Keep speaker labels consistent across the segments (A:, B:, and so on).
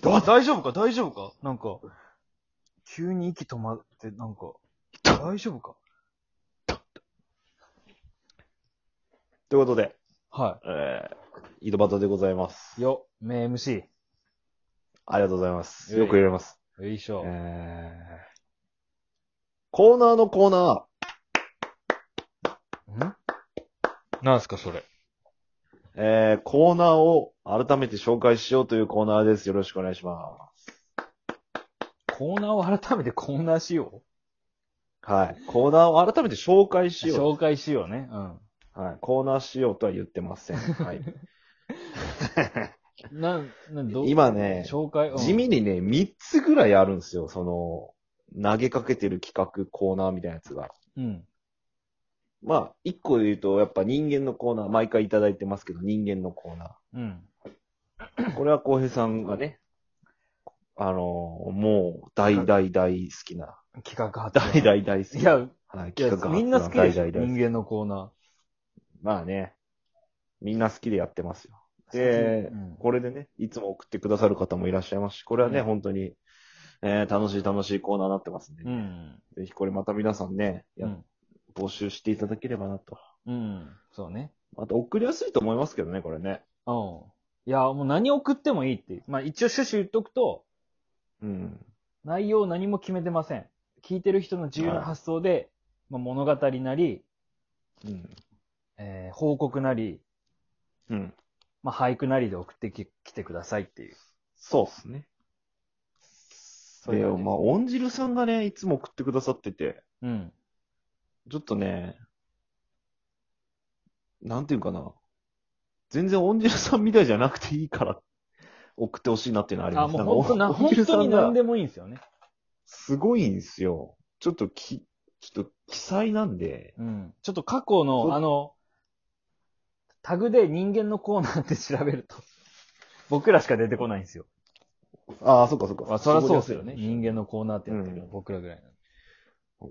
A: だ大丈夫か大丈夫か
B: なんか、急に息止まって、なんか、大丈夫か
A: ということで、
B: は
A: えー、井戸端でございます。
B: い。よ、名 MC。
A: ありがとうございます。
B: よい
A: よく言えます。
B: よいしょ。
A: えー、コーナーのコーナ
B: んなんすか、それ。
A: ー、えー、コーナーを改めて紹介しようというコーナーです。よろしくお願いしま
B: コーナーを改めてコーナーしよ
A: す。はい。コーナーを改めて紹介
B: う
A: しよ
B: 紹介しようね。うん。
A: う。はい。コーナーしようとは言ってま せん。はい。
B: なん、なん、どう
A: 今ね
B: 紹介、うん
A: 地味にね、3つぐらいあるんですよ。その、投げかけてる企画、コーナーみたいなやつが。
B: うん。
A: まあ、1個で言うと、やっぱ人間のコーナー、毎回いただいてますけど、人間のコーナ
B: うん。
A: ー。これは浩平さんがね、あのーもう、大大大好きな、
B: 企画発表。
A: 大大大好
B: い
A: きな、
B: や、
A: はい、
B: いや
A: 企画、
B: みんな好きでしょ、
A: 大大
B: 人
A: 大好き
B: 間のコーナ
A: まあね、みんな好きでやってますよ。
B: ー。
A: で
B: う、ん
A: これでね、いつも送ってくださる方もいらっしゃいますし、これはね、
B: うん
A: 本当に、えー楽しい楽しいコーナーになってますんでね、
B: うん。
A: ぜひこれまた皆さんね、
B: う
A: や
B: ん。
A: 募集していただければなと。
B: うん。そうね。
A: また送りやすいと思いますけどね、これね。
B: うん。いや、もう何送ってもいいって。まあ一応趣旨言っとくと、
A: うん。
B: 内容何も決めてません。聞いてる人の自由な発想で、まあ、物語なり、
A: うん。
B: えー報告なり、
A: うん。
B: まあ、俳句なりで送ってき来てくださいっていう。
A: そうっすね。
B: ういう
A: で、
B: のね
A: まあ、オンジルさんがね、いつも送ってくださってて、
B: うん。
A: ちょっとね、なんていうかな。全然オンジルさんみたいじゃなくていいから、送ってほしいなっていうのはあり
B: あ、
A: ます。
B: もう本当な、
A: んかオン
B: 本
A: ジルさ
B: 当に
A: んが
B: 何でもいいんですよね。
A: すごいんですよ。ちょっとき、ちょっと、記載なんで、
B: うん。ちょっと過去
A: そう
B: の、あの、タグで人間のコーナーって調べると、僕らしか出てこないんですよ。
A: ああ、そっかそっか。
B: まあ、そりゃそうですよね。人間
A: の。
B: のコーナーってやってるの、
A: うん
B: 僕らぐらいなんで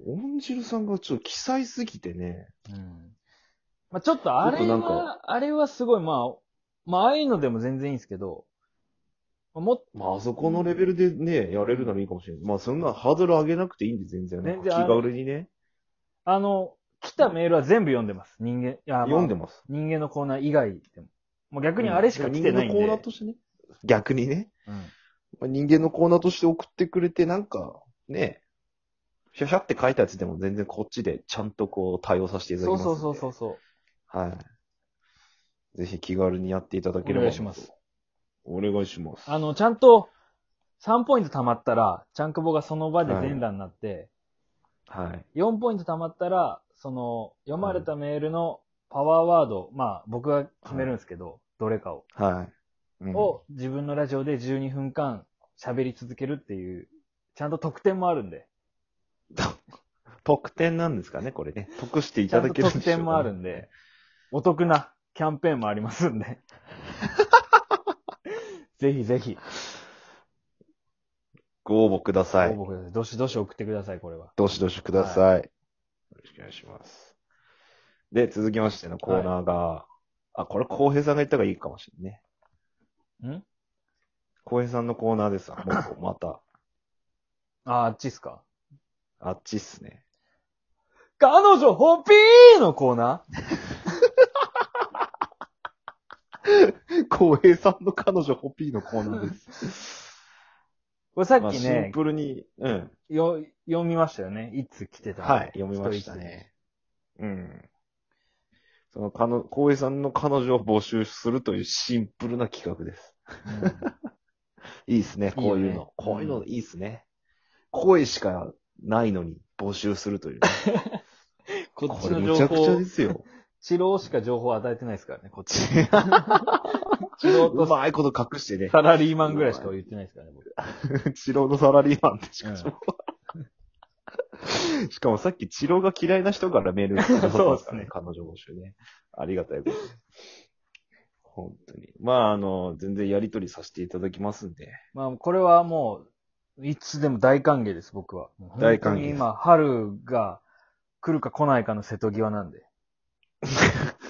A: オンジルさんがちょっと記載すぎてね。
B: うんまあちょっとあ
A: ちょ
B: れ
A: っとなんか
B: は、あれはすごい、まあ、まあああいうのでも全然いいんですけど、まあもっ
A: まあ、あそこのレベルでね、やれるならいいかもしれない。まあ、そんなハードル上げなくていいんで、全然。
B: 全然
A: 気軽にね、
B: あの、来たメールは全部読んでます。人間、いや、まあ
A: 読んでます。
B: 人間のコーナー以外でも。もう逆にあれしか来てないんで。
A: 人間のコーナーとしてね。逆にね。
B: うん
A: まあ人間のコーナーとして送ってくれて、なんか、ね、シャシャって書いたやつでも全然こっちでちゃんとこう対応させていただき
B: そうそ
A: ますんで。
B: うそうそうそう。
A: う。はい。ぜひ気軽にやっていただければ。
B: お願いします。
A: お願いします。
B: あの、ちゃんと3ポイント貯まったら、ちゃんくぼがその場で全裸になって、
A: はい。
B: 4ポイント貯まったら、その、読まれたメールのパワーワード、まあ僕が決めるんですけど、どれかを。
A: はい。うん
B: を自分のラジオで12分間喋り続けるっていう、ちゃんと特典もあるんで。
A: 特典なんですかね、これね。得してい
B: ちゃん
A: ただ
B: と
A: けるん
B: 特
A: でしょうかね
B: 典もあるんで、お得なキャンペーンもありますん で。ぜひぜひ、
A: ご応募くだ
B: ご
A: さい。
B: 応募ください。どしどし送ってください、これは。
A: どしどしください。よろしくお願いします。で、続きましてのコーナーが、あ、これ、浩平さんが言った方がいいかもしれないね。
B: ん
A: 浩平さんのコーナーですわ。もう、また。
B: あ、あっちっすか
A: あっちっすね。
B: 彼女ホピーのコーナー
A: 浩平さんの彼女ホピーのコーナーです。
B: これさっ
A: まあ、
B: き
A: シン
B: ね、
A: プルに、うん。
B: よ読みましたよね。いつ来てたの
A: はい、読みました。ね。うん。その、かの、浩平さんの彼女を募集するというシンプルな企画です。
B: 一人一 人うん
A: いいですね、こういう
B: いい
A: の。
B: よね
A: こういうのいいですね。声しかないのに募集するという。
B: こっ
A: こ
B: ち
A: れ
B: の
A: むち
B: 情
A: ゃくちゃ
B: 報
A: で、すよ。
B: 治療しか情報を与えてないですからね、こっち。 治療
A: う
B: と
A: まいこと隠してね。
B: サラリーマンぐらいしか言ってないですからね、僕。
A: 治療のサラリーマンってしかも、 しかもさっき治療が嫌いな人からメールが来てくださったんから
B: そうですね
A: 彼女募集ね。ありがたいことです。本当に。まあ、あの、全然やりとりさせていただきますんで。
B: まあ、これはもう、いつでも大歓迎です、僕は。
A: 大
B: 本当
A: 歓迎
B: に今、春が来るか来ないかの瀬戸際なん で。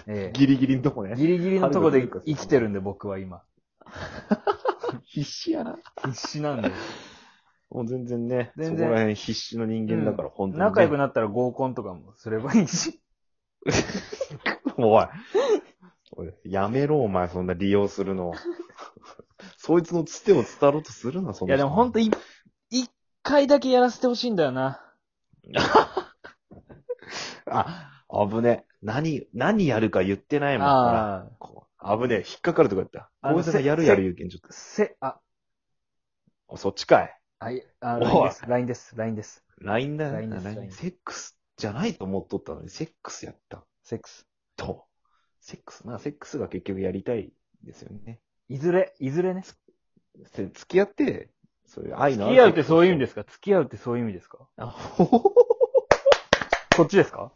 B: ええ
A: ギリギリのとこね。
B: ギリギリのとこで生きてるんで、僕は今。
A: 必死やな。
B: 必死なんで。
A: もう全然ね、
B: 全然
A: そこら辺必死の人間だから、本当に、ね
B: 仲良くなったら合コンとかもすればいいし。
A: おい。おいやめろ、お前、そんな利用するの。 そいつのつてを伝わろうとするな、そん
B: い
A: な。
B: やでもほんとい、一回だけやらせてほしいんだよな。
A: あ、危ね。何、何やるか言ってないもん。ほら
B: ああ。
A: こう危ねえ、引っかかるとか言った。
B: あの
A: こうさんが
B: せ
A: やるやる言うけん、ちょっ
B: せ、あ、
A: と。そっちかい。
B: はい、あ、
A: おい
B: LINE です、LINE です、LINE です。
A: LINE だよ。
B: LINE です
A: LINE
B: LINE
A: セックスじゃないと思っとったのに、セックスやった。
B: セックス。
A: と。セックス、まあ、セックスが結局やりたいですよね。
B: いずれ、いずれね。
A: せ付き合って、そういう愛の
B: 付き合うってそういう意味
A: す。
B: ですか付き合うってそういう意味ですか
A: あほほ ほ
B: こっちですか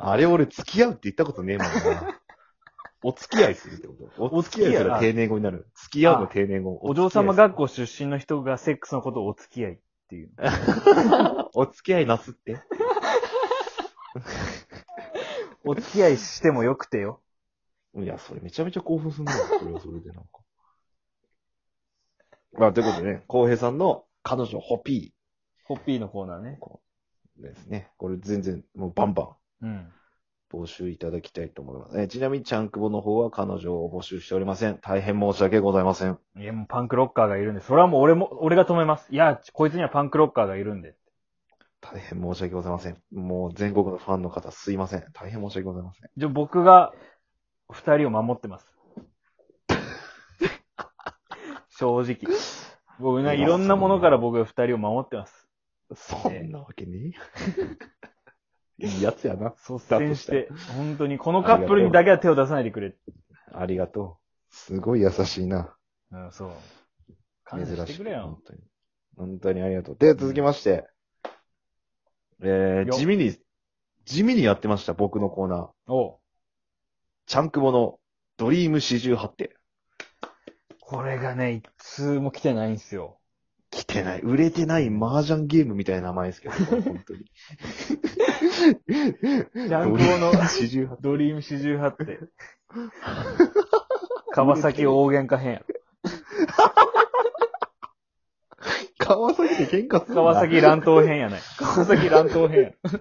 A: あれ俺付き合うって言ったことねえもん な。お付き合いするってことお付き合いする定年語になる。付き合うの定年語。
B: お嬢様学校出身の人がセックスのことをお付き合いっていう。
A: お付き合いなすって。
B: お付き合いしてもよくてよ。
A: いや、それめちゃめちゃ興奮すんだよ。それはそれでなんか。まあ、ということでね、浩平さんの彼女、ホピ
B: ホッピーのコーナーね。
A: ーですね。これ全然、もうバンバン
B: うん。
A: 募集いただきたいと思います。えちなみに、ちゃんくぼの方は彼女を募集しておりません。大変申し訳ございません。
B: いや、もうパンクロッカーがいるんで、それはもう俺も、俺が止めます。いや、こいつにはパンクロッカーがいるんで。
A: 大変申し訳ございません。もう全国のファンの方、すいません。大変申し訳ございません。
B: じゃあ僕が、二人を守 ってます。正直。僕ね、いろんなものから僕が二人を守ってます。
A: そんなわけ ねえ。いいやつやな。
B: 率
A: た
B: 先して、本当にこのカップルにだけは手を出さないでくれ。
A: ありがとう。すごい優しいな。
B: うん、そう。感
A: 珍
B: 謝して
A: し
B: く
A: い。
B: れ
A: 本
B: よ。
A: 当に。本当にありがとう。で、続きまして。えー、
B: よ
A: 地味に、地味にやってました、僕のコーナー。
B: おう
A: ちゃんくぼのドリーム四十八手。
B: これがね、一通も来てないんすよ。
A: 来てない。売れてない麻雀ゲームみたいな名前ですけど、これ 本当に。
B: ジャンクボの
A: 四十八
B: ドリーム四十八って。 川崎大喧嘩編や
A: 川崎で喧嘩
B: ろ。
A: する
B: 川崎乱闘編やない。 川崎乱闘編やろ。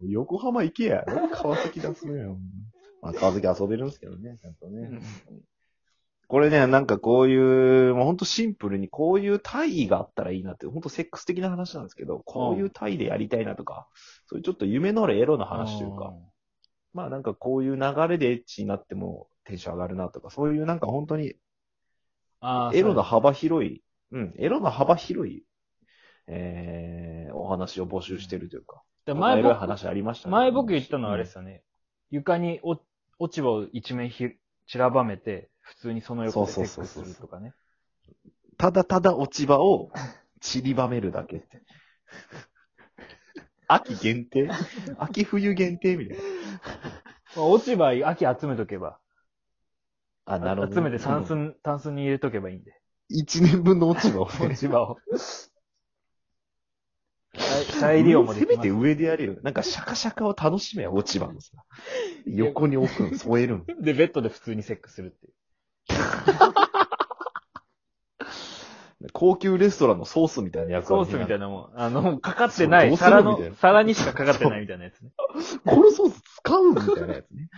A: 横浜行けや。川崎出すのよ。 まあ、川崎遊べるんですけどね、ちゃんとね。これね、なんかこういう、もうほんとシンプルに、こういう体位があったらいいなって、ほんとセックス的な話なんですけど、こういう体位でやりたいなとか、そういうちょっと夢のあるエロの話というか、まあなんかこういう流れでエッチになってもテンション上がるなとか、そういうなんか本当に
B: あー
A: エロの幅広い、うん、エロの幅広い、えー、お話を募集してるというか、
B: で
A: 前
B: 前
A: エロい
B: 僕、
A: 話ありましたね
B: 前僕言ったのはあれですよね。床にお落ち葉を一面ひ散らばめて、普通にその横でセ
A: そう
B: ック
A: そう
B: スす
A: そうそう
B: るとかね。
A: ただただ落ち葉を散りばめるだけって。 秋限定秋冬限定みたいな。
B: まあ落ち葉、秋集めとけば。
A: あ、なるほど、
B: 集めてタンスに、タンスに入れとけばいいんで。
A: 一年分の落ち葉を。
B: 落ち葉 を。再利用もでき
A: せめ
B: ます
A: て。上でやるよ。なんかシャカシャカを楽しめよ、落ち葉のさ。横に置くん、添えるん。
B: で、ベッドで普通にセックスするっていう。
A: 高級レストランのソースみたいなやつ
B: ソースみたい
A: な。
B: なもん。あの、かかってな
A: そう
B: い。
A: どうする
B: 皿
A: みたい
B: の、
A: な
B: 皿にしかかかってないみたいなやつね。
A: このソース使うみたいなやつね。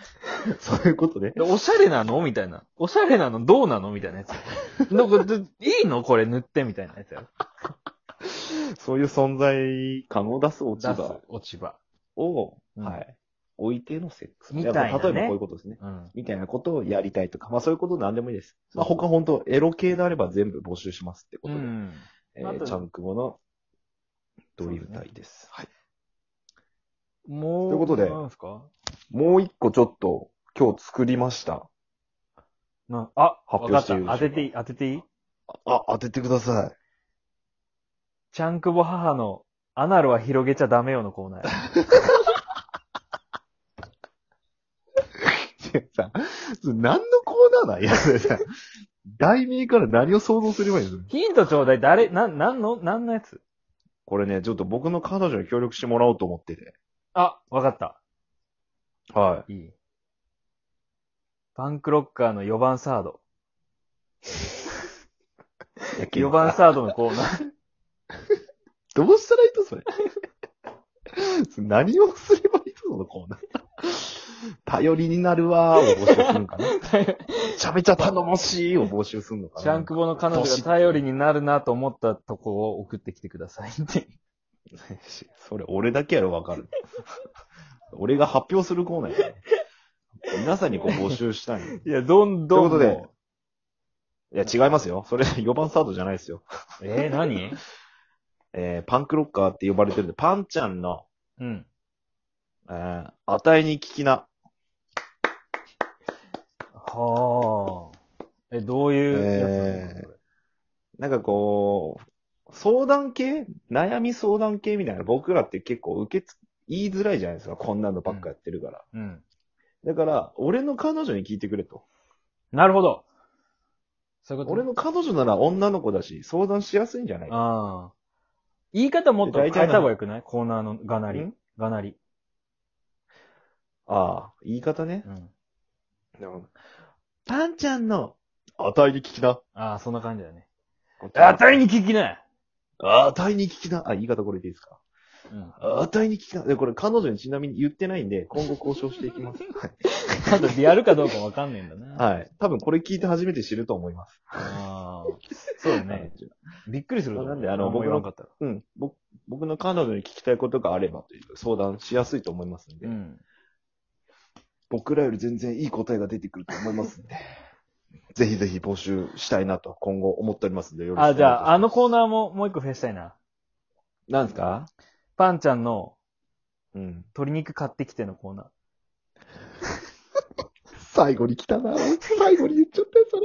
A: そういうことね。
B: で おしゃれなのみたいな。おしゃれなのどうなのみたいなやつ。なんかでいいのこれ塗ってみたいなやつやろ。
A: そういう存在感を出す落ち
B: 出す
A: 葉、
B: 落ち葉。
A: を、
B: うん
A: はい。置いてのセックス。
B: みたいなね
A: やっぱ例えばこういうことですね。
B: うん。
A: みたいなことをやりたいとか、まあそういうことなんでもいいです。まあ
B: そうそう
A: 他本当エロ系であれば全部募集しますってこ
B: う
A: とで、
B: ん。
A: えー
B: あと
A: ちゃんくぼのドリーム隊です。はい。
B: もう、
A: ということで
B: なんすか
A: もう一個ちょっと今日作りました。
B: なあ、
A: 発
B: わ
A: 表
B: かっ
A: して
B: た。
A: いいでしょう
B: 当
A: か
B: てていい当てていい
A: あ、当ててください。
B: ちゃんくぼ母のアナルは広げちゃダメよのコーナーや。
A: さ、何のコーナーなんいや、 それさ、題名から何を想像すればいいの
B: ヒントちょうだい。誰、な、なんの、なんのやつ
A: これね、ちょっと僕の彼女に協力してもらおうと思ってて。
B: あ、わかった。
A: はい
B: い。パンクロッカーの4番サード。
A: 野球
B: 4番サードのコーナ ー。
A: どうしたらいいとそれ。 それ何をすればいいとそのコーナー。頼りになるわーを募集するのかな。めちゃめちゃ頼もしいを募集するのかな。
B: シャンクボの彼女が頼りになるなと思ったとこを送ってきてくださいって。
A: それ俺だけやろ、わかる。俺が発表するコーナーやから皆さんにこう募集したいの。い
B: いや、どんどんもう。
A: というこや、違いますよ。それ4番スタートじゃないですよ。
B: えー、何
A: えー、パンクロッカーって呼ばれてるんで、パンちゃんの、
B: うん。
A: えー、値に聞きな、
B: はあ。え、どういうやつなの
A: えなんかこう、相談系悩み相談系みたいな、僕らって結構受けつ、言いづらいじゃないですか。こんなのばっかやってるから。
B: うん。
A: だから、俺の彼女に聞いてくれと。
B: なるほど。そういうこと
A: 俺の彼女なら女の子だし、相談しやすいんじゃないか。
B: ああ。言い方もっと変えた方がよくないコーナーのがなり
A: ん。
B: がなり。
A: ああ、言い方ね。
B: うん。
A: パンちゃんの、値に聞きな。
B: ああ、そんな感じだね。
A: 値
B: 値
A: に、
B: に聞きな
A: 値に聞きな。あ、言い方これでいいですか。
B: うん。
A: 値に聞きな。で、これ彼女にちなみに言ってないんで、今後交渉していき ます。はい
B: あと、やるかどうかわかんないんだな。い。
A: はい。多分これ聞いて初めて知ると思います。
B: ああ。そうだね。びっくりすると思う
A: なんであの
B: 何も言わんかったら。
A: うん。僕、僕の彼女に聞きたいことがあればという相談しやすいと思いますんで、
B: うん。
A: 僕らより全然いい答えが出てくると思います んで、ぜひぜひ募集したいなと今後思っておりますんで、よろしくお願
B: あ、
A: い
B: じゃあ、あのコー
A: ー。
B: ナーももう一個増やしたいな。
A: なんですか
B: パンちゃんの
A: うん。
B: 鶏肉買ってきてのコーナー。
A: 最後に来たな。最後に言っちゃったよ、それ。